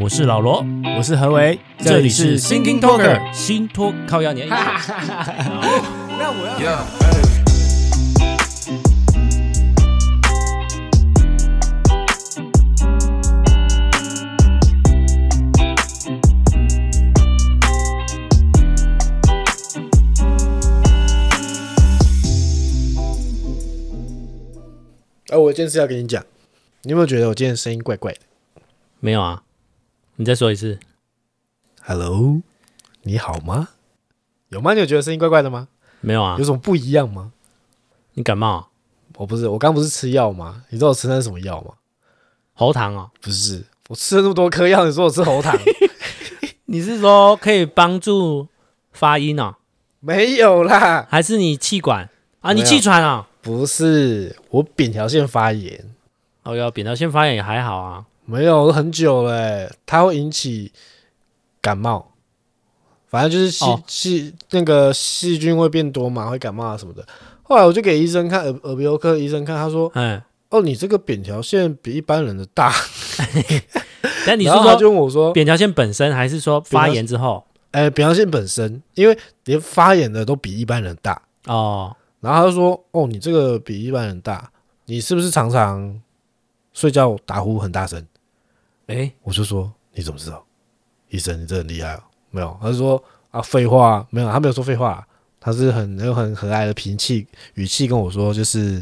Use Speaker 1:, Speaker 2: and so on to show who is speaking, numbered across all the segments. Speaker 1: 我是老罗，
Speaker 2: 我是何为，这里是 Thinking Talker。
Speaker 1: 新托靠压年。
Speaker 2: 那我要
Speaker 3: Yeah,
Speaker 2: 哎、我有件事要跟你讲，你有没有觉得我今天声音怪怪的
Speaker 1: 没有啊，你再说一次。
Speaker 2: ？Hello，你好吗？有吗？你有觉得声音怪怪的吗？
Speaker 1: 没有啊
Speaker 2: 有，什么不一样吗？
Speaker 1: 你感冒、啊
Speaker 2: 我不是，我刚不是吃药吗？你知道我吃的是什么药吗？
Speaker 1: 喉糖哦？
Speaker 2: 不是，我吃了那么多颗药，你说我吃 喉糖？
Speaker 1: 你是说可以帮助发音哦，
Speaker 2: 没有啦，
Speaker 1: 还是你气管啊？
Speaker 2: 没
Speaker 1: 你
Speaker 2: 有
Speaker 1: 气喘啊、
Speaker 2: 不是，我扁桃腺发炎，
Speaker 1: 哦？哦哟，扁桃腺发炎也还好啊，
Speaker 2: 没有很久了欸、它会引起感冒，反正就是细
Speaker 1: 哦
Speaker 2: 细、那个细菌会变多嘛，会感冒啊什么的。后来我就给医生看耳耳鼻喉科的医生看，他说
Speaker 1: 嗯，：“
Speaker 2: 哦，你这个扁条线比一般人的大。
Speaker 1: 但” 你是
Speaker 2: 然后他
Speaker 1: 说
Speaker 2: 就问我说
Speaker 1: 扁桃腺本身，还是说发炎之后？：“
Speaker 2: 哎、扁条线本身，因为连发炎的都比一般人大。
Speaker 1: 哦，”
Speaker 2: 然后他就说：“哦，你这个比一般人大，你是不是常常睡觉打呼很大声？”
Speaker 1: 诶，
Speaker 2: 我就说你怎么知道？医生，你真的很厉害哦。没有，他就说啊，废话，没有，他没有说废话，他是很有很和蔼的脾气语气跟我说，就是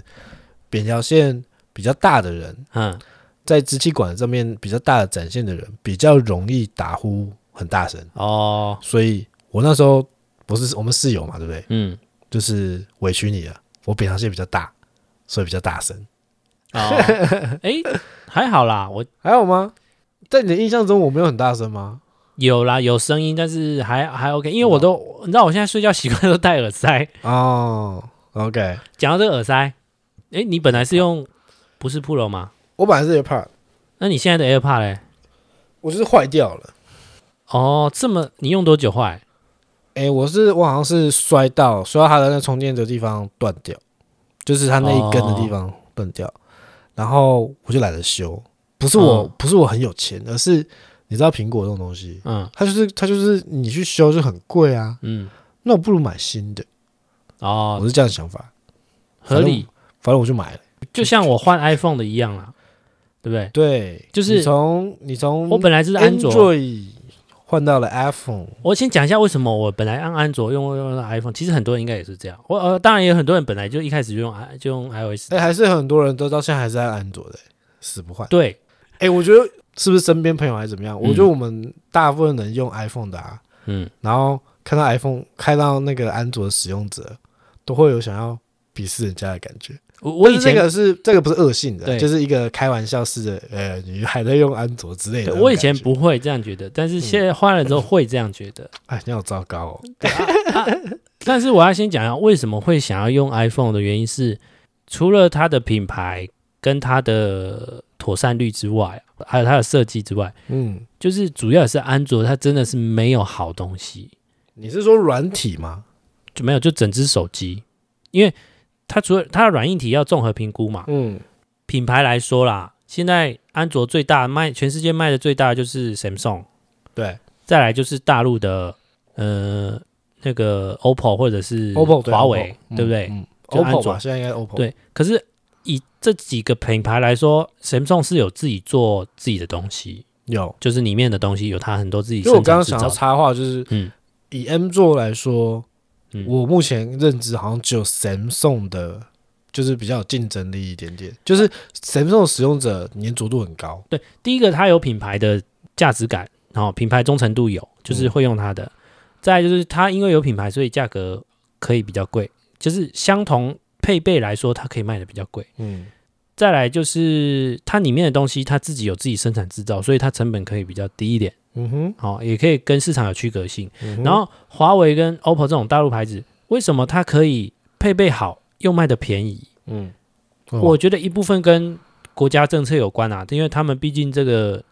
Speaker 2: 扁条线比较大的人，
Speaker 1: 嗯，
Speaker 2: 在支气管上面比较大的展现的人，比较容易打呼很大声。
Speaker 1: 哦，
Speaker 2: 所以我那时候不是我们室友嘛，对不对？
Speaker 1: 嗯，
Speaker 2: 就是委屈你了，我扁条线比较大，所以比较大声。
Speaker 1: 哦，诶，还好啦，我
Speaker 2: 还有吗？在你的印象中，我没有很大声吗？
Speaker 1: 有啦，有声音，但是还还 OK，因为我都你
Speaker 2: 嗯
Speaker 1: 知道我现在睡觉习惯都戴耳塞。
Speaker 2: 哦，OK，
Speaker 1: 讲到这个耳塞，诶，你本来是用不是 Pro 吗？
Speaker 2: 我本来是也怕。
Speaker 1: 那你现在的 AirPod 嘞？
Speaker 2: 我就是坏掉了。
Speaker 1: 哦，这么你用多久坏？
Speaker 2: 诶，哎我是我好像是摔到摔到它的那充电的地方断掉，就是它那一根的地方断掉，然后我就懒得修。不是我、
Speaker 1: 嗯
Speaker 2: 不是我很有钱，而是你知道苹果这种东西，
Speaker 1: 嗯
Speaker 2: 它就是它就是你去修就很贵啊，
Speaker 1: 嗯，
Speaker 2: 那我不如买新的，我
Speaker 1: 哦，
Speaker 2: 是这样的想法。
Speaker 1: 合理，
Speaker 2: 反正我就买了。
Speaker 1: 就像我换 iPhone 的一样啦，对不对？
Speaker 2: 对，
Speaker 1: 就是
Speaker 2: 你从你从
Speaker 1: 我本来就是安卓，
Speaker 2: Android 换到了 iPhone，
Speaker 1: 我先讲一下为什么我本来按安卓用用到 iPhone，其实很多人应该也是这样。我呃，当然也有很多人本来就一开始就用 i 就用 iOS，
Speaker 2: 哎、还是很多人都到现在还是在安卓的、死不换。
Speaker 1: 对，
Speaker 2: 哎、我觉得是不是身边朋友还是怎么样？我觉得我们大部分人用 iPhone 的啊，
Speaker 1: 嗯，
Speaker 2: 然后看到 iPhone，看到那个安卓的使用者，都会有想要鄙视人家的感觉。
Speaker 1: 我我以
Speaker 2: 但是
Speaker 1: 前
Speaker 2: 这个是这个不是恶性的，
Speaker 1: 对
Speaker 2: 就是一个开玩笑式的，呃，你还在用安卓之类的
Speaker 1: 对
Speaker 2: 欸那种感觉。嗯
Speaker 1: 我以前不会这样觉得，但是现在换了之后会这样 觉得。
Speaker 2: 哎，你好糟糕哦。
Speaker 1: 但是我要先讲一下为什么会想要用 iPhone 的原因是，除了它的品牌跟它的妥善率之外，啊还有它的设计之外，
Speaker 2: 嗯，
Speaker 1: 就是主要也是安卓它真的是没有好东西，
Speaker 2: 你是说软体
Speaker 1: 嗯
Speaker 2: 吗？
Speaker 1: 就没有就整只手机，因为它除了它的软硬体要综合评估嘛，
Speaker 2: 嗯，
Speaker 1: 品牌来说啦，现在安卓最大卖全世界卖的最大的就是 Samsung，
Speaker 2: 对
Speaker 1: 再来就是大陆的呃那个 OPPO 或者是
Speaker 2: ，OPPO 对
Speaker 1: 华为
Speaker 2: OPPO，，
Speaker 1: 对不对？
Speaker 2: 嗯
Speaker 1: 就安
Speaker 2: ，OPPO
Speaker 1: 卓
Speaker 2: 吧，现在应该 OPPO。，
Speaker 1: 对，可是以这几个品牌来说，Samsung 是有自己做自己的东西，
Speaker 2: 有。
Speaker 1: 就是里面的东西有它很多自己
Speaker 2: 就我
Speaker 1: 生产
Speaker 2: 刚刚
Speaker 1: 制
Speaker 2: 想要
Speaker 1: 造的。
Speaker 2: 插话，就是
Speaker 1: 嗯
Speaker 2: 以 M 座来说，
Speaker 1: 嗯
Speaker 2: 我目前认知好像只有 Samsung 的，就是比较有竞争力一点点，就是 Samsung 的使用者粘着度很高。
Speaker 1: 对，第一个它有品牌的价值感，然后品牌忠诚度有，就是会用它的。再来就是它因为有品牌，所以价格可以比较贵，就是相同配备来说，它可以卖的比较贵。
Speaker 2: 嗯，
Speaker 1: 再来就是它里面的东西，它自己有自己生产制造，所以它成本可以比较低一点，
Speaker 2: 嗯哼，
Speaker 1: 好、也可以跟市场有区隔性。
Speaker 2: 嗯哼
Speaker 1: 然后华为跟 OPPO 这种大陆牌子，为什么它可以配备好又卖的便宜？
Speaker 2: 嗯，
Speaker 1: 我
Speaker 2: 我
Speaker 1: 觉得一部分跟国家政策有关啊，因为他们毕竟这个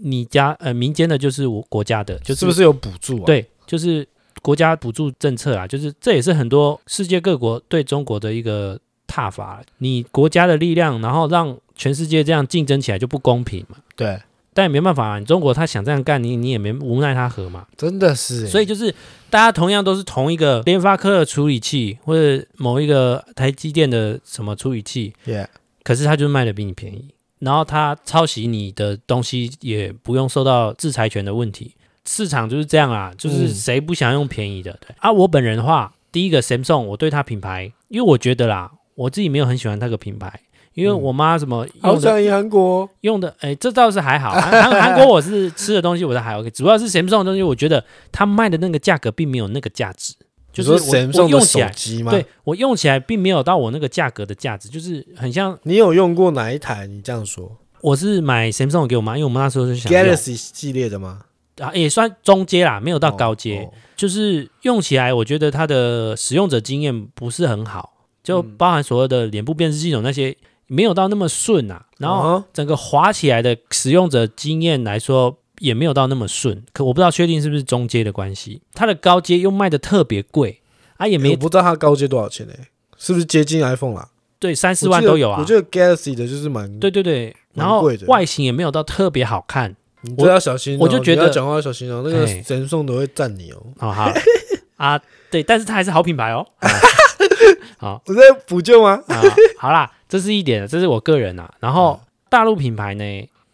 Speaker 1: 你家呃民间的就是我国家的，就是
Speaker 2: 不是有补助啊？，
Speaker 1: 对，就是国家补助政策啊，就是这也是很多世界各国对中国的一个踏啊伐。你国家的力量，然后让全世界这样竞争起来就不公平嘛。
Speaker 2: 对
Speaker 1: 但也没办法、啊，你中国他想这样干，你你也没无奈他何嘛。
Speaker 2: 真的是欸，
Speaker 1: 所以就是大家同样都是同一个联发科的处理器，或者某一个台积电的什么处理器，
Speaker 2: Yeah，
Speaker 1: 可是他就是卖的比你便宜，然后他抄袭你的东西也不用受到制裁权的问题。市场就是这样啦，就是
Speaker 2: 嗯
Speaker 1: 谁不想用便宜的？对啊，我本人的话，第一个 Samsung，我对它品牌，因为我觉得啦，我自己没有很喜欢那个品牌，因为
Speaker 2: 嗯
Speaker 1: 我妈什么
Speaker 2: 好
Speaker 1: 用的、
Speaker 2: 像赢韩国，
Speaker 1: 用的，哎，这倒是还好。韩 韩韩国我是吃的东西我都还 OK，主要是 Samsung 的东西，我觉得它卖的那个价格并没有那个价值，就是
Speaker 2: 你
Speaker 1: 我
Speaker 2: 说 Samsung
Speaker 1: 我用
Speaker 2: 的
Speaker 1: 起
Speaker 2: 手
Speaker 1: 来，
Speaker 2: 机吗？
Speaker 1: 对，我用起来并没有到我那个价格的价值，就是很像
Speaker 2: 你有用过哪一台？你这样说
Speaker 1: 我是买 Samsung 给我妈，因为我们那时候是想用
Speaker 2: ，Galaxy 系列的吗？
Speaker 1: 啊，也算中阶啦，没有到高阶，
Speaker 2: 哦，哦
Speaker 1: 就是用起来我觉得它的使用者经验不是很好，就
Speaker 2: 嗯
Speaker 1: 包含所有的脸部辨识系统那些没有到那么顺啊，然后
Speaker 2: 哦
Speaker 1: 整个滑起来的使用者经验来说，也没有到那么顺。可我不知道确定是不是中阶的关系，它的高阶又卖的特别贵啊，也
Speaker 2: 欸
Speaker 1: 没、
Speaker 2: 我不知道它高阶多少钱呢？是不是接近 iPhone 啦？
Speaker 1: 对三四
Speaker 2: 我
Speaker 1: 万
Speaker 2: 记得
Speaker 1: 都有啊
Speaker 2: 我，觉得 Galaxy 的就是蛮，
Speaker 1: 对对对，然
Speaker 2: 蛮
Speaker 1: 后
Speaker 2: 贵的
Speaker 1: 外形也没有到特别好看
Speaker 2: 你这要小心哦，
Speaker 1: 我就觉得
Speaker 2: 你要讲话要小心哦，那个
Speaker 1: 哎
Speaker 2: 神送都会赞你哦。
Speaker 1: 哦， 好啊，对，但是它还是好品牌哦。好，
Speaker 2: 我在补救吗？
Speaker 1: 啊，好啦，这是一点，这是我个人啊。然后
Speaker 2: 嗯
Speaker 1: 大陆品牌呢，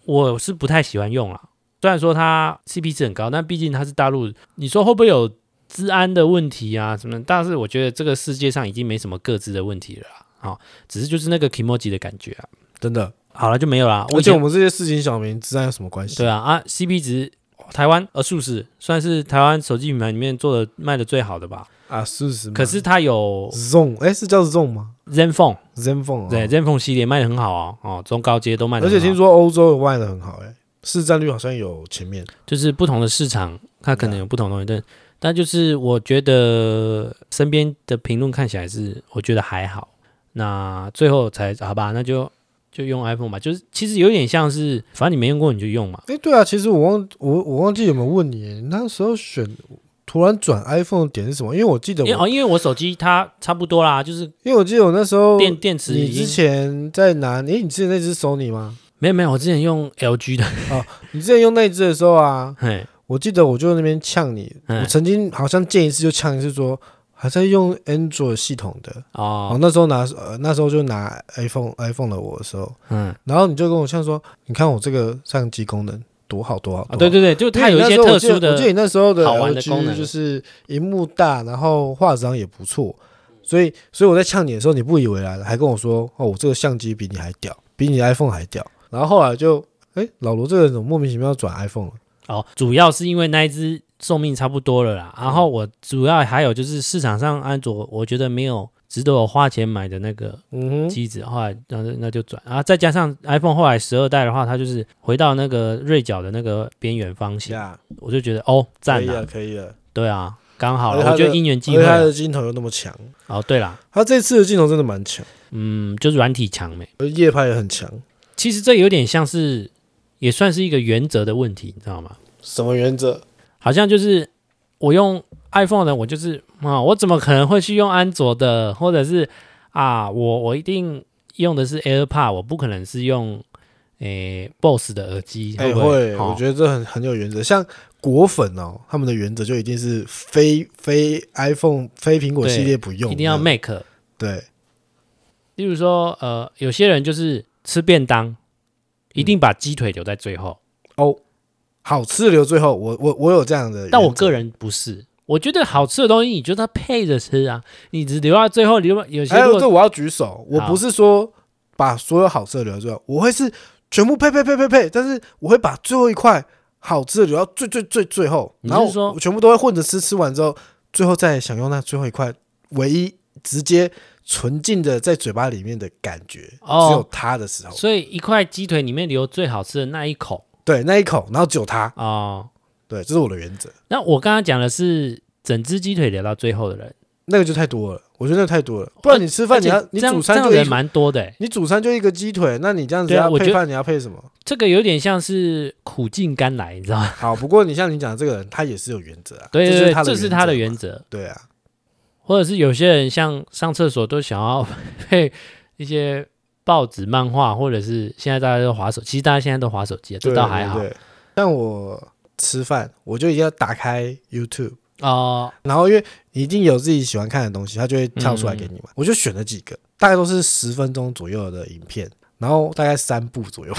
Speaker 1: 我是不太喜欢用啦。虽然说它 CP 值很高，但毕竟它是大陆，你说会不会有治安的问题啊什么？但是我觉得这个世界上已经没什么各自的问题了啦。好、只是就是那个 k i m o j i 的感觉啊。
Speaker 2: 真的，
Speaker 1: 好了，就没有啦。
Speaker 2: 而
Speaker 1: 以
Speaker 2: 且
Speaker 1: 前
Speaker 2: 我们这些市井小民之间有什么关系？
Speaker 1: 对啊啊，CP 值台湾呃数是算是台湾手机品牌里面做的卖的最好的吧。
Speaker 2: 啊，事实嘛。
Speaker 1: 可是它有
Speaker 2: Zone，哎、是叫 Zone 吗
Speaker 1: ZenFone，
Speaker 2: ？Zenfone 啊。
Speaker 1: 对 ZenFone 系列卖的很好哦，哦中高阶都卖的。
Speaker 2: 而且听说欧洲卖的很好、哎，市占率好像有前面。
Speaker 1: 就是不同的市场，它可能有不同的东西，但但就是我觉得身边的评论看起来是，我觉得还好。那最后才好吧，那就就用 iPhone 吧。就是其实有点像是，反正你没用过你就用嘛。
Speaker 2: 哎、对啊，其实我忘我我忘记有没有问你、哎那时候选突然转 iPhone 的点是什么？因为我记得
Speaker 1: 因
Speaker 2: 我，
Speaker 1: 为哦，因为我手机它差不多啦，就是
Speaker 2: 因为我记得我那时候
Speaker 1: 电电池
Speaker 2: 哦你
Speaker 1: 已
Speaker 2: 之
Speaker 1: 经
Speaker 2: 前在拿，哎、你之前那只 Sony 吗？
Speaker 1: 没有没有，我之前用 LG 的，
Speaker 2: 你之前用那一只的时候啊，
Speaker 1: 嘿，
Speaker 2: 我记得我就在那边呛你，
Speaker 1: 嗯
Speaker 2: 我曾经好像见一次就呛一次说。还在用 Android 系统的，哦
Speaker 1: 哦，，
Speaker 2: 那时候拿呃那时候就拿 iPhone iPhone 的我的时候，
Speaker 1: 嗯，
Speaker 2: 然后你就跟我像说，你看我这个相机功能多好多好，
Speaker 1: 啊，对对对，就
Speaker 2: 多好，
Speaker 1: 它有一些
Speaker 2: 因为你那
Speaker 1: 特
Speaker 2: 时候
Speaker 1: 殊
Speaker 2: 我记得我
Speaker 1: 的
Speaker 2: 记得你那时候的
Speaker 1: 好玩的功
Speaker 2: LG
Speaker 1: 能
Speaker 2: 就是荧幕大，然后画质上也不错，所以所以我在呛你的时候，你不以为然，还跟我说哦，我这个相机比你还屌，比你 iPhone 还屌。然后后来就，哎，老罗这个人怎么莫名其妙转 iPhone 了？
Speaker 1: 哦，主要是因为那一只寿命差不多了啦。
Speaker 2: 嗯
Speaker 1: 然后我主要还有就是市场上安卓，我觉得没有值得我花钱买的那个
Speaker 2: 嗯哼，
Speaker 1: 机子，后来那就那就转啊。再加上 iPhone 后来十二代的话，它就是回到那个锐角的那个边缘方形，
Speaker 2: 呀，
Speaker 1: 我就觉得哦
Speaker 2: 可
Speaker 1: 赞
Speaker 2: 以
Speaker 1: 啊
Speaker 2: 了，，可以了。
Speaker 1: 对啊，刚好
Speaker 2: 而且
Speaker 1: 了，
Speaker 2: 它
Speaker 1: 我觉得
Speaker 2: 的
Speaker 1: 因缘
Speaker 2: 因
Speaker 1: 际
Speaker 2: 为
Speaker 1: 会
Speaker 2: 他
Speaker 1: 啊。
Speaker 2: 的镜头又那么强，
Speaker 1: 哦，对啦，
Speaker 2: 他这次的镜头真的蛮强，
Speaker 1: 嗯，就是软体强没。
Speaker 2: 而夜拍也很强。
Speaker 1: 其实这有点像是，也算是一个原则的问题，你知道吗？
Speaker 2: 什么原则？
Speaker 1: 好像就是我用 iPhone 的，我就是啊，我怎么可能会去用安卓的，或者是啊，我我一定用的是 AirPod，我不可能是用诶、Boss 的耳机，
Speaker 2: 哎、
Speaker 1: 不会？
Speaker 2: 会，
Speaker 1: 哦
Speaker 2: 我觉得这很很有原则。像果粉哦，他们的原则就一定是非非 iPhone、非苹果
Speaker 1: 对
Speaker 2: 系列不用，
Speaker 1: 一定要
Speaker 2: 这样
Speaker 1: Mac。
Speaker 2: 对，
Speaker 1: 例如说，呃，有些人就是吃便
Speaker 2: 嗯
Speaker 1: 当，一定把鸡腿留在最后，
Speaker 2: 好吃留最后。我我我有这样的原则，
Speaker 1: 但我个人不是。我觉得好吃的东西，你就它配着吃啊，你只留到最后，留有些
Speaker 2: 还
Speaker 1: 如
Speaker 2: 有
Speaker 1: 果
Speaker 2: 哎这我要举手，我
Speaker 1: 好
Speaker 2: 不是说把所有好吃的留在最后，我会是全部配配配配配，但是我会把最后一块好吃的留到最最最最后，
Speaker 1: 你
Speaker 2: 然后
Speaker 1: 是说
Speaker 2: 我全部都会混着吃，吃完之后，最后再享用那最后一块唯一直接纯净的在嘴巴里面的感觉，
Speaker 1: 哦
Speaker 2: 只有它的时候。
Speaker 1: 所以一块鸡腿里面留最好吃的那一口
Speaker 2: 对，那一口，然后只有它，
Speaker 1: 啊、
Speaker 2: 对，这是我的原则。
Speaker 1: 那我刚刚讲的是整只鸡腿留到最后的人，
Speaker 2: 那个就太多了，我觉得那个太多了。不然你吃饭，你
Speaker 1: 而
Speaker 2: 要
Speaker 1: 且
Speaker 2: 你
Speaker 1: 这样
Speaker 2: 主餐
Speaker 1: 这样
Speaker 2: 就
Speaker 1: 的
Speaker 2: 一
Speaker 1: 人蛮多的欸。
Speaker 2: 你主餐就一个鸡腿，那你这样子
Speaker 1: 对啊
Speaker 2: 要
Speaker 1: 我觉
Speaker 2: 配
Speaker 1: 得
Speaker 2: 饭，你要配什么？
Speaker 1: 这个有点像是苦尽甘来，你知 道吗？
Speaker 2: 好，不过你像你讲的这个人，他也是有原则啊，
Speaker 1: 对
Speaker 2: 这
Speaker 1: 对
Speaker 2: 是
Speaker 1: 对，
Speaker 2: 他的
Speaker 1: 这是他的
Speaker 2: 原
Speaker 1: 原
Speaker 2: 则嘛。
Speaker 1: 则。
Speaker 2: 对啊，
Speaker 1: 或者是有些人像上厕所都想要配一些报纸、漫画，或者是现在大家都滑手，其实大家现在都滑手机啊了，这倒还好
Speaker 2: 对。对对像我吃饭，我就一定要打开 YouTube，
Speaker 1: 哦。
Speaker 2: 然后因为你一定有自己喜欢看的东西，它就会跳出来给你嘛。
Speaker 1: 嗯
Speaker 2: 我就选了几个，大概都是十分钟左右的影片，然后大概三部左右，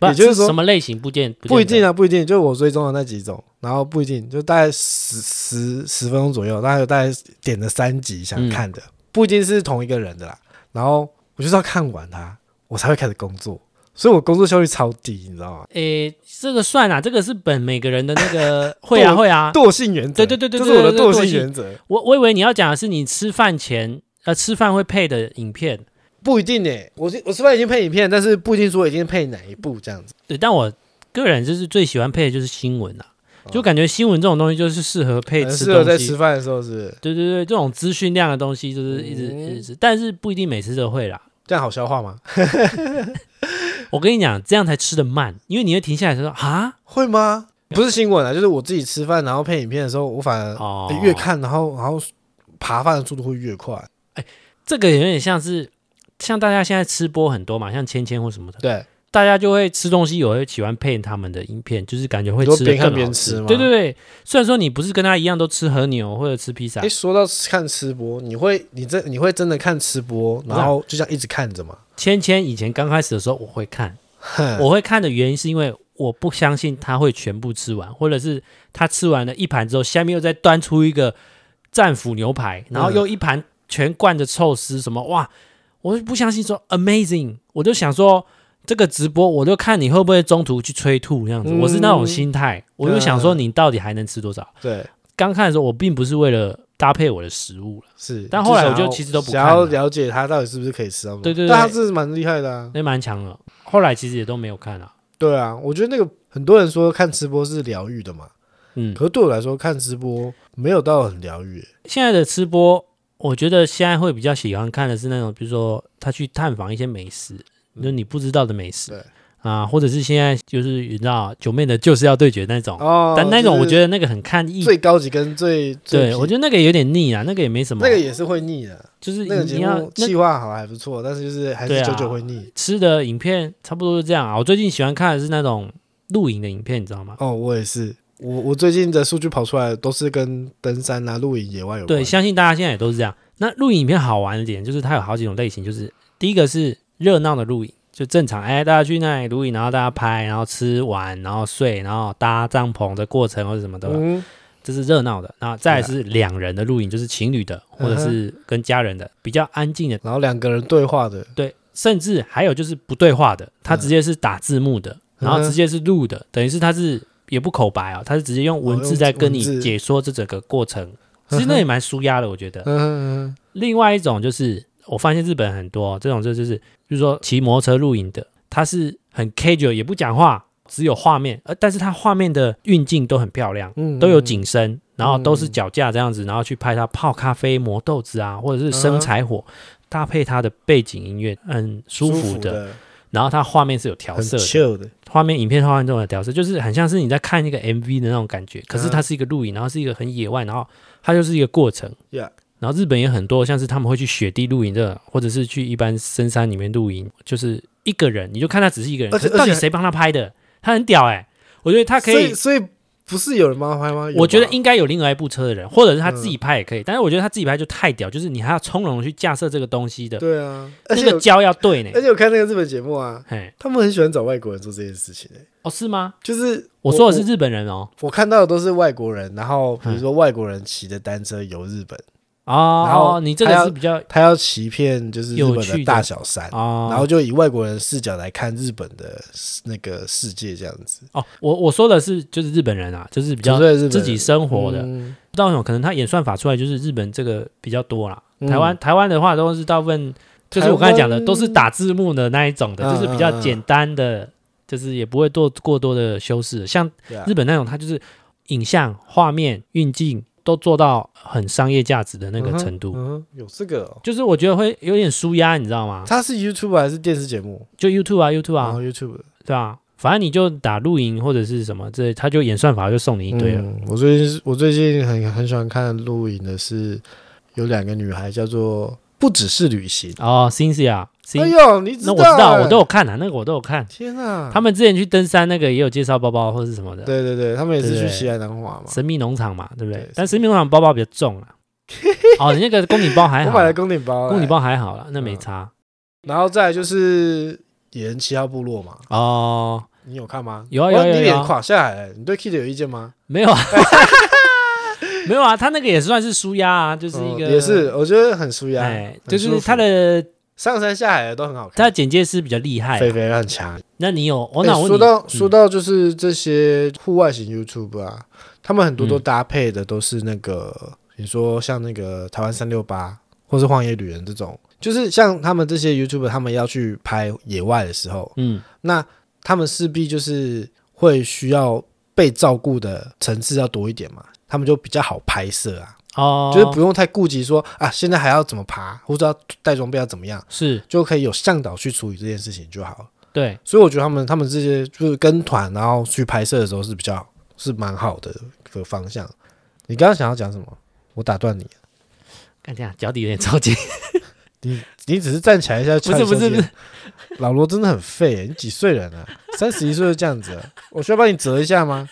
Speaker 1: 不
Speaker 2: 也就是说
Speaker 1: 什么类型不见
Speaker 2: 不一定
Speaker 1: 啊。
Speaker 2: 啊，不一定，就我追踪的那几种，然后不一定，就大概十十十分钟左右，大概有大概点了三集想
Speaker 1: 嗯
Speaker 2: 看的，不一定是同一个人的啦。然后我就是要看完它，我才会开始工作，所以我工作效率超低，你知道吗？
Speaker 1: 诶，这个算啊，这个是本每个人的那 个会啊
Speaker 2: 惰
Speaker 1: 会啊。
Speaker 2: 惰性原则，
Speaker 1: 对对对对
Speaker 2: 这是我的
Speaker 1: 对对对
Speaker 2: 惰
Speaker 1: 惰
Speaker 2: 性
Speaker 1: 性
Speaker 2: 原则，
Speaker 1: 我我以为你要讲的是你吃饭前呃吃饭会配的影片，
Speaker 2: 不一定诶、欸我是我吃饭已经配影片，但是不一定说一定配哪一部这样子。
Speaker 1: 对，但我个人就是最喜欢配的就是新闻啊，就感觉新闻这种东西就是适合配
Speaker 2: 哦很
Speaker 1: 吃
Speaker 2: 适合在
Speaker 1: 东西
Speaker 2: 吃。饭的时候是不是
Speaker 1: 对对对，这种资讯量的东西就是一直、
Speaker 2: 嗯
Speaker 1: 一直，但是不一定每次都会啦。
Speaker 2: 这样好消化吗？
Speaker 1: 我跟你讲，这样才吃的慢，因为你会停下来 说啊，
Speaker 2: 会吗？不是新闻啊，就是我自己吃饭然后配影片的时候，我反而、
Speaker 1: 哦
Speaker 2: 欸越看然后然后扒饭的速度会越快。
Speaker 1: 这个有点像是像大家现在吃播很多嘛，像芊芊或什么的，
Speaker 2: 对，
Speaker 1: 大家就会吃东西，有会喜欢配他们的影片，就是感觉会
Speaker 2: 你说
Speaker 1: 吃得
Speaker 2: 边看
Speaker 1: 更好
Speaker 2: 边吃吗
Speaker 1: 对对对，虽然说你不是跟他一样都吃和牛或者吃披萨
Speaker 2: 哎、，说到看吃播，你会你真你会真的看吃播，然后就这样一直看着吗？
Speaker 1: 芊芊以前刚开始的时候我会看，
Speaker 2: 哼
Speaker 1: 我会看的原因是因为我不相信他会全部吃完，或者是他吃完了一盘之后，下面又再端出一个战斧牛排，然后又一盘全灌着寿司什么，哇！我就不相信说 amazing，我就想说这个直播，我就看你会不会中途去催吐这样子，
Speaker 2: 嗯
Speaker 1: 我是那种心态，我就想说你到底还能吃多少？
Speaker 2: 对，
Speaker 1: 刚看的时候，我并不是为了搭配我的食物了，
Speaker 2: 是。
Speaker 1: 但后来
Speaker 2: 想
Speaker 1: 我
Speaker 2: 要
Speaker 1: 就其实都不
Speaker 2: 想
Speaker 1: 看
Speaker 2: 要
Speaker 1: 了
Speaker 2: 了解他到底是不是可以吃到什么。
Speaker 1: 对对对
Speaker 2: 但他啊是蛮厉害的啊。
Speaker 1: 那蛮强的。后来其实也都没有看啊，
Speaker 2: 对啊，我觉得那个很多人说看吃播是疗愈的嘛，
Speaker 1: 嗯，
Speaker 2: 可是对我来说看直播没有到很疗愈、欸
Speaker 1: 现在的吃播，我觉得现在会比较喜欢看的是那种，比如说他去探访一些美食，就是你不知道的美食，
Speaker 2: 嗯对
Speaker 1: 啊，或者是现在就是你知道九妹的就是要对决那种，
Speaker 2: 哦。
Speaker 1: 但那种我觉
Speaker 2: 得
Speaker 1: 得那个很看意，
Speaker 2: 最高级跟最最
Speaker 1: 对我觉得那个有点腻啊，那个也没什么，
Speaker 2: 那个也是会腻的，
Speaker 1: 就是
Speaker 2: 那个
Speaker 1: 你
Speaker 2: 节
Speaker 1: 要
Speaker 2: 目
Speaker 1: 那
Speaker 2: 计划好还不错，但是就是还
Speaker 1: 对
Speaker 2: 是
Speaker 1: 啊
Speaker 2: 久久会腻。
Speaker 1: 吃的影片差不多是这样啊。我最近喜欢看的是那种露营的影片，你知道吗？
Speaker 2: 哦，我也是，我我最近的数据跑出来都是跟登山啊、露营、野外有关。
Speaker 1: 对，相信大家现在也都是这样。那露营影片好玩的点就是它有好几种类型，就是第一个是热闹的露营，就正常，哎，大家去那里露营，然后大家拍，然后吃完，然后睡，然后搭帐篷的过程或者什么的，
Speaker 2: 嗯，啊
Speaker 1: 这是热闹的。然后再来是两人的露营，就是情侣的
Speaker 2: 嗯
Speaker 1: 或者是跟家人的，比较安静的。
Speaker 2: 然后两个人对话的，
Speaker 1: 对，甚至还有就是不对话的，它直接是打字幕的，然后
Speaker 2: 嗯嗯哼
Speaker 1: 直接是录的，等于是它是也不口白啊，它是直接用文
Speaker 2: 哦用
Speaker 1: 字在跟
Speaker 2: 文字
Speaker 1: 你解说这整个过程。其实那也蛮舒压的，我觉得。
Speaker 2: 嗯，
Speaker 1: 另外一种就是，我发现日本很多这种，就就是，比如说骑摩托车露营的，他是很 casual，也不讲话，只有画面，呃，但是他画面的运镜都很漂亮，
Speaker 2: 嗯
Speaker 1: 都有景深，然后都是脚架这样子，然后去拍他泡咖啡、磨豆子啊，或者是生柴火，
Speaker 2: 嗯
Speaker 1: 搭配他的背景音乐，很舒服的。
Speaker 2: 的，
Speaker 1: 然后它画面是有调
Speaker 2: 很
Speaker 1: 色的，
Speaker 2: chill 的，
Speaker 1: 画面影片画面中的调色，就是很像是你在看一个 MV 的那种感觉，可是
Speaker 2: 嗯
Speaker 1: 它是一个露营，然后是一个很野外，然后它就是一个过程。
Speaker 2: 呀，
Speaker 1: 然后日本也很多，像是他们会去雪地露营的，或者是去一般深山里面露营，就是一个人，你就看他只是一个人，
Speaker 2: 而且
Speaker 1: 可是到
Speaker 2: 而
Speaker 1: 底
Speaker 2: 且
Speaker 1: 谁帮他拍的？他很屌哎、我觉得他可
Speaker 2: 所以
Speaker 1: 以，
Speaker 2: 所以不是有人帮他拍吗？有嗯
Speaker 1: 我觉得
Speaker 2: 吧
Speaker 1: 应该有另外一部车的人，或者是他自己拍也可以，但是我觉得他自己拍就太屌，就是你还要从容的去架设这个东西的，
Speaker 2: 对啊，而
Speaker 1: 那
Speaker 2: 且
Speaker 1: 个
Speaker 2: 有
Speaker 1: 胶要对呢
Speaker 2: 而。且我看那个日本节目啊，
Speaker 1: 嘿，
Speaker 2: 他们很喜欢找外国人做这件事情、欸，
Speaker 1: 哦是吗？
Speaker 2: 就是
Speaker 1: 我说的是日嗯本人哦，
Speaker 2: 我看到的都是外国人，然后比如说外国人骑着单车游日本，然后
Speaker 1: 哦，你这
Speaker 2: 他
Speaker 1: 个
Speaker 2: 要
Speaker 1: 是比较
Speaker 2: 他要骑遍就是日本
Speaker 1: 有趣
Speaker 2: 的
Speaker 1: 的
Speaker 2: 大小山，
Speaker 1: 哦，
Speaker 2: 然后就以外国人视角来看日本的那个世界这样子，
Speaker 1: 哦，我我说的是就是日本人啊，就是比较
Speaker 2: 纯粹日本
Speaker 1: 自己生活的，
Speaker 2: 嗯
Speaker 1: 不知道为什么，可能他演算法出来就是日本这个比较多啦。
Speaker 2: 嗯
Speaker 1: 台湾台湾的话都是大部分就是我刚才讲的
Speaker 2: 台湾
Speaker 1: 都是打字幕的那一种的，
Speaker 2: 嗯
Speaker 1: 就是比较简单的，就是也不会做过多的修饰。像
Speaker 2: 对啊
Speaker 1: 日本那种，它就是影像、画面、运镜都做到很商业价值的那个程度，
Speaker 2: 嗯，有这个、哦，
Speaker 1: 就是我觉得会有点舒压，你知道吗？
Speaker 2: 它是 YouTube 还是电视节目？
Speaker 1: 就 YouTube 啊 YouTube
Speaker 2: 然
Speaker 1: 啊，
Speaker 2: 后 YouTube 的
Speaker 1: 对啊，反正你就打露营或者是什么，这它就演算法就送你一堆了。啊
Speaker 2: 嗯我最近我最近很很喜欢看录影的是有两个女孩叫做不只是旅行，
Speaker 1: 哦，Cynthia C，、
Speaker 2: 哎呦，你知
Speaker 1: 那
Speaker 2: 道、欸
Speaker 1: 我知道，我都有看啊，那个我都有看。
Speaker 2: 天啊！
Speaker 1: 他们之前去登山那个也有介绍包包或是什么的，
Speaker 2: 对对对，他们也是
Speaker 1: 对
Speaker 2: 去
Speaker 1: 对
Speaker 2: 西安南华嘛。
Speaker 1: 神秘农场嘛，对不对
Speaker 2: 对？
Speaker 1: 但神秘农场包包比较重 啊。哦，你那个公顶包还
Speaker 2: 我
Speaker 1: 好
Speaker 2: 买
Speaker 1: 啦
Speaker 2: 了，公顶包，
Speaker 1: 公顶，包还好啦，那没
Speaker 2: 嗯
Speaker 1: 差。
Speaker 2: 然后再来就是野人七号部落嘛，
Speaker 1: 哦，
Speaker 2: 你有看吗？
Speaker 1: 有啊
Speaker 2: 哇
Speaker 1: 有啊有啊
Speaker 2: 你
Speaker 1: 有啊
Speaker 2: 脸垮下来了，你对 Kid 有意见吗？
Speaker 1: 没 有啊，没有啊，他那个也算是舒压啊，就是一个
Speaker 2: 嗯也是，我觉得很舒压，
Speaker 1: 哎，
Speaker 2: 很
Speaker 1: 就
Speaker 2: 舒服
Speaker 1: 是他的
Speaker 2: 上山下海的都很好
Speaker 1: 他
Speaker 2: 看
Speaker 1: 的，简介是比较厉害啊。
Speaker 2: 肥肥很强。
Speaker 1: 那你有？我
Speaker 2: 哎
Speaker 1: 那我问
Speaker 2: 说
Speaker 1: 你，
Speaker 2: 到
Speaker 1: 嗯
Speaker 2: 说到就是这些户外型 YouTube 啊，他们很多都
Speaker 1: 嗯
Speaker 2: 搭配的都是那个，你说像那个台湾三六八或是荒野旅人这种，就是像他们这些 YouTube，他们要去拍野外的时候，
Speaker 1: 嗯，
Speaker 2: 那他们势必就是会需要被照顾的层次要多一点嘛，他们就比较好拍摄啊，
Speaker 1: 哦，
Speaker 2: 就是不用太顾及说啊，现在还要怎么爬，或者要带装备要怎么样，
Speaker 1: 是
Speaker 2: 就可以有向导去处理这件事情就好了。
Speaker 1: 对，
Speaker 2: 所以我觉得他们他们这些就是跟团然后去拍摄的时候是比较是蛮好的一个方向。你刚刚想要讲什么？我打断你，
Speaker 1: 看这样脚底有点着 急，
Speaker 2: 你只是站起来一下，
Speaker 1: 不是不是不是，
Speaker 2: 老罗真的很废耶，你几岁人啊？三十一岁就这样子了，我需要帮你折一下 吗？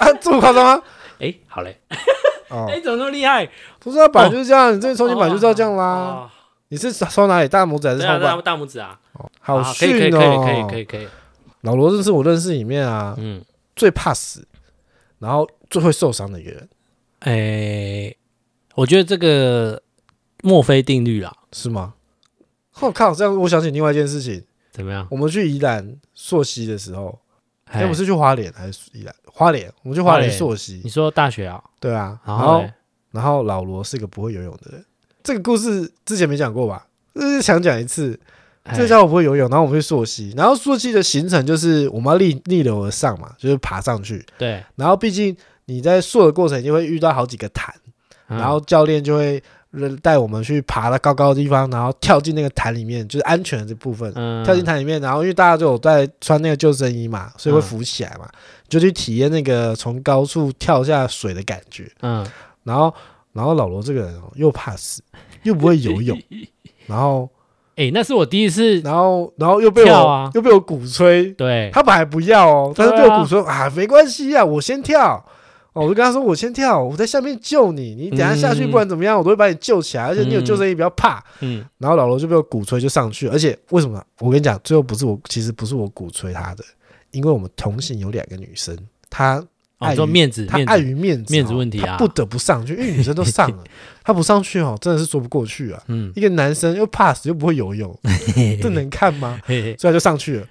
Speaker 2: 啊，这么夸张吗？
Speaker 1: 哎，好嘞，
Speaker 2: 哦，
Speaker 1: 哎，怎么那么厉害？
Speaker 2: 不是啊，本来就是这样，你这个抽筋本来就是要这样啦。
Speaker 1: 哦，
Speaker 2: 你是抽哪里？大拇指还是
Speaker 1: 对
Speaker 2: 超
Speaker 1: 啊，大
Speaker 2: 棒？
Speaker 1: 大拇指啊，
Speaker 2: 好
Speaker 1: 可以可以可以
Speaker 2: 逊
Speaker 1: 可以
Speaker 2: 哦
Speaker 1: 可！以可以，
Speaker 2: 老罗真是我认识里面啊
Speaker 1: 嗯，
Speaker 2: 最怕死，然后最会受伤的一个人，
Speaker 1: 哎，我觉得这个墨菲定律啊啦，
Speaker 2: 是吗？我、靠，这样我想起另外一件事情，
Speaker 1: 怎么样？
Speaker 2: 我们去宜兰溯溪的时候，哎、
Speaker 1: 哎
Speaker 2: 我们是去花莲还是宜兰？花莲，我们去花莲溯溪
Speaker 1: 你，说大学啊，
Speaker 2: 对啊，然
Speaker 1: 然后
Speaker 2: 后
Speaker 1: 嘞
Speaker 2: 然后老罗是个不会游泳的人，这个故事之前没讲过吧？就是想讲一次，这个
Speaker 1: 哎
Speaker 2: 家伙不会游泳，然后我们去溯溪，然后溯溪的行程就是我们要逆逆流而上嘛，就是爬上去，
Speaker 1: 对，
Speaker 2: 然后毕竟你在溯的过程一定会遇到好几个潭，
Speaker 1: 嗯
Speaker 2: 然后教练就会呃带我们去爬到高高的地方，然后跳进那个潭里面，就是安全的这部分，
Speaker 1: 嗯
Speaker 2: 跳进潭里面，然后因为大家都有在穿那个救生衣嘛，所以会浮起来嘛，就去体验那个从高处跳下水的感觉。
Speaker 1: 嗯
Speaker 2: 然后，然后老罗这个人哦又怕死，又不会游 泳，然后，
Speaker 1: 哎，那是我第一次
Speaker 2: 然后，然后又被我、
Speaker 1: 跳啊
Speaker 2: 又被我鼓吹，
Speaker 1: 对，
Speaker 2: 他本来不要哦，
Speaker 1: 对
Speaker 2: 但
Speaker 1: 啊
Speaker 2: 是被我鼓吹啊没关系啊，我先跳。哦，我就跟他说，我先跳，我在下面救你，你等一下下去，
Speaker 1: 嗯
Speaker 2: 不然怎么样，我都会把你救起来，而且你有
Speaker 1: 嗯
Speaker 2: 救生衣，不要怕。
Speaker 1: 嗯
Speaker 2: 然后老罗就被我鼓吹就上去了，而且为什么？我跟你讲，最后不是我，其实不是我鼓吹他的，因为我们同行有两个女生，她
Speaker 1: 哦，
Speaker 2: 碍
Speaker 1: 你说
Speaker 2: 于
Speaker 1: 面子
Speaker 2: 她
Speaker 1: 面
Speaker 2: 碍
Speaker 1: 子
Speaker 2: 于面子哦
Speaker 1: 面子问题
Speaker 2: 她
Speaker 1: 啊，
Speaker 2: 不得不上去，因为女生都上 了，她不上去哦，真的是说不过去啊。
Speaker 1: 嗯，
Speaker 2: 一个男生又怕死又不会游泳， 这能看吗？
Speaker 1: 嘿嘿
Speaker 2: 所以他就上去了，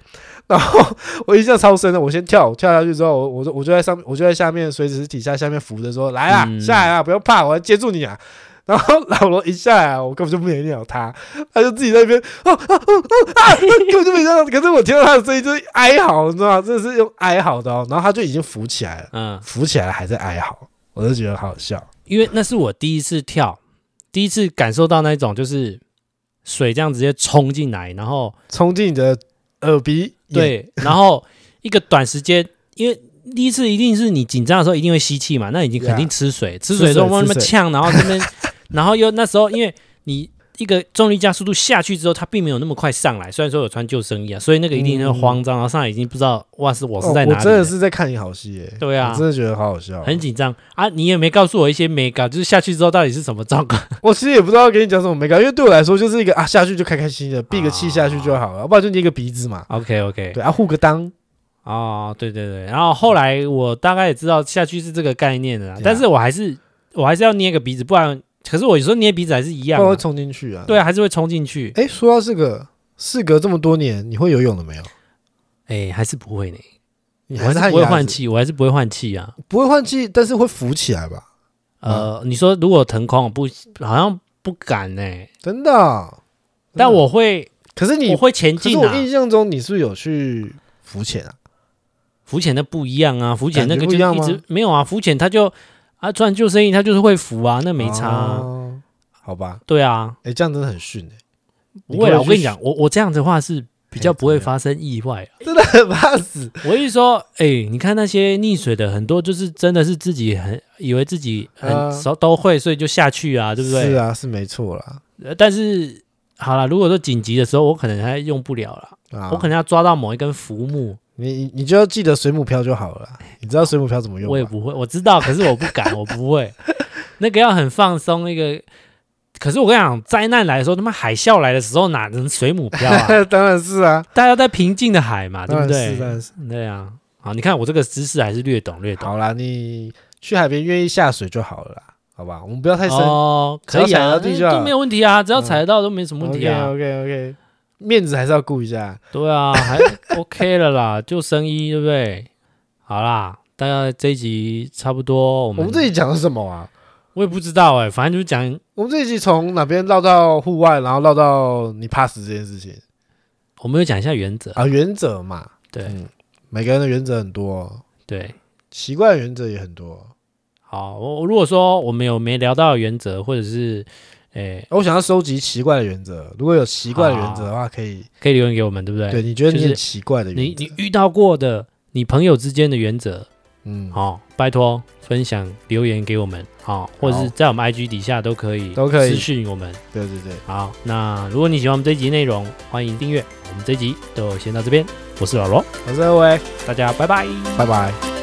Speaker 2: 然后我印象超深的，我先跳，跳下去之后，我我就我就在上面，我就在下面水池底下下面扶着说：“来啊，
Speaker 1: 嗯
Speaker 2: 下来啊，不要怕，我要接住你啊。”然后老罗一下来啊，我根本就没鸟他，他就自己在那边啊啊啊 啊啊，根本就没鸟他。可是我听到他的声音就是哀嚎，你知道吗？真的是用哀嚎的哦。然后他就已经扶起来了，
Speaker 1: 嗯，
Speaker 2: 扶起来了还在哀嚎，我就觉得好笑。
Speaker 1: 因为那是我第一次跳，第一次感受到那种就是水这样直接冲进来，然后
Speaker 2: 冲进你的耳鼻，眼，
Speaker 1: 对，然后一个短时间，因为。第一次一定是你紧张的时候一定会吸气嘛，那已经肯定吃水吃水之后
Speaker 2: 吃水
Speaker 1: 往那边
Speaker 2: 吃水
Speaker 1: 呛，然后这边， 然后又那时候因为你一个重力加速度下去之后，它并没有那么快上来，虽然说有穿救生衣啊，所以那个一定
Speaker 2: 嗯
Speaker 1: 会慌张，然后上来已经不知道哇是我是在
Speaker 2: 哦
Speaker 1: 哪
Speaker 2: 我
Speaker 1: 里了，
Speaker 2: 真的是在看你好戏耶、
Speaker 1: 对啊
Speaker 2: 我真的觉得好好笑哦、
Speaker 1: 很紧张啊！你也没告诉我一些美感，就是下去之后到底是什么状况？
Speaker 2: 我其实也不知道跟你讲什么没感，因为对我来说就是一个啊下去就开开心心的，闭个气下去就好了，要不然就捏个鼻子嘛，
Speaker 1: OK OK，
Speaker 2: 对啊护个裆，
Speaker 1: 哦，对对对，然后后来我大概也知道下去是这个概念的啦
Speaker 2: Yeah
Speaker 1: 但是我还是我还是要捏个鼻子，不然可是我有时候捏鼻子还是一
Speaker 2: 不
Speaker 1: 样
Speaker 2: 然
Speaker 1: 啊、
Speaker 2: 会冲进去啊。
Speaker 1: 对，啊，还是会冲进去，
Speaker 2: 哎，说到这个，事隔这么多年，你会游泳了没有？
Speaker 1: 哎，还是不会呢，
Speaker 2: 你
Speaker 1: 我还
Speaker 2: 是
Speaker 1: 是
Speaker 2: 旱
Speaker 1: 不会
Speaker 2: 鸭
Speaker 1: 换
Speaker 2: 子，
Speaker 1: 气，我还是不会换气啊。
Speaker 2: 不会换气，但是会浮起来吧？嗯
Speaker 1: 呃，你说如果腾空，我不好像不敢呢、
Speaker 2: 真的啊？
Speaker 1: 但
Speaker 2: 真的
Speaker 1: 我会
Speaker 2: 可是你
Speaker 1: 我，会前
Speaker 2: 可是
Speaker 1: 进
Speaker 2: 我
Speaker 1: 啊，
Speaker 2: 印象中你是不是有去浮潜啊？
Speaker 1: 浮潜那不一样啊，浮潜那个
Speaker 2: 感觉不
Speaker 1: 就
Speaker 2: 一样
Speaker 1: 一直
Speaker 2: 吗
Speaker 1: 没有啊，浮潜它就啊穿救生衣它就是会浮啊，那没差、啊。
Speaker 2: 哦，好吧？
Speaker 1: 对啊，
Speaker 2: 哎，这样真的很逊哎，
Speaker 1: 不会啊！
Speaker 2: 你可不
Speaker 1: 我跟
Speaker 2: 可以去
Speaker 1: 你讲，我我这样子的话是比较
Speaker 2: 哎
Speaker 1: 不会
Speaker 2: 怎么样
Speaker 1: 发生意外啊。
Speaker 2: 真的 很怕死。
Speaker 1: 我一说，哎、你看那些溺水的，很多就是真的是自己很以为自己很
Speaker 2: 啊
Speaker 1: 熟都会，所以就下去啊，对不对？
Speaker 2: 是啊，是没错啦。
Speaker 1: 呃但是好了，如果说紧急的时候，我可能还用不了了，
Speaker 2: 啊，
Speaker 1: 我可能要抓到某一根浮木，
Speaker 2: 你你你就要记得水母漂就好了啦，你知道水母漂怎么用吗？
Speaker 1: 我也不会，我知道，可是我不敢，我不会。那个要很放松，那个。可是我跟你讲，灾难来的时候，他妈海啸来的时候，哪能水母漂 啊？
Speaker 2: 当然是啊，
Speaker 1: 大家在平静的海啊嘛，对
Speaker 2: 当
Speaker 1: 不
Speaker 2: 然嗯是当
Speaker 1: 对？
Speaker 2: 然是。
Speaker 1: 对啊。好，你看我这个知识还是略懂略懂。
Speaker 2: 好啦，你去海边愿意下水就好了啦，好吧？我们不要太深。
Speaker 1: 哦，可以
Speaker 2: 只要踩
Speaker 1: 啊，
Speaker 2: 得到地就
Speaker 1: 那
Speaker 2: 好嗯
Speaker 1: 都没有问题啊，只要踩得到都没什么问题啊。
Speaker 2: OK OK，面子还是要顾一下。
Speaker 1: 对啊，还 OK 了啦，就生一，对不对？好啦，大概这一集差不多。我
Speaker 2: 我
Speaker 1: 们
Speaker 2: 们这里讲的是什么啊？
Speaker 1: 我也不知道哎、反正就是讲
Speaker 2: 我们这一集从哪边绕到户外，然后绕到你怕死这件事情
Speaker 1: 我们有讲一下原则，
Speaker 2: 啊，原则嘛，
Speaker 1: 对
Speaker 2: 嗯每个人的原则很多，
Speaker 1: 对。
Speaker 2: 奇怪的原则也很多。
Speaker 1: 好，我我如果说我们有没聊到的原则，或者是诶、
Speaker 2: 我想要收集奇怪的原则，如果有奇怪的原则的话，可以
Speaker 1: 可以留言给我们，对不对？
Speaker 2: 对你觉得
Speaker 1: 啊
Speaker 2: 你
Speaker 1: 就是
Speaker 2: 很奇怪的
Speaker 1: 你
Speaker 2: 原则，
Speaker 1: 你遇到过的，你朋友之间的原则，
Speaker 2: 嗯，
Speaker 1: 哦，拜托分享留言给我们，好、或者
Speaker 2: 好
Speaker 1: 是在我们 IG 底下都可以，
Speaker 2: 都可以
Speaker 1: 私讯我们。
Speaker 2: 对对对，
Speaker 1: 好，那如果你喜欢我们这一集内容，欢迎订阅。我们这一集就先到这边，我是老罗，
Speaker 2: 我是二威，
Speaker 1: 大家拜拜。
Speaker 2: 拜拜。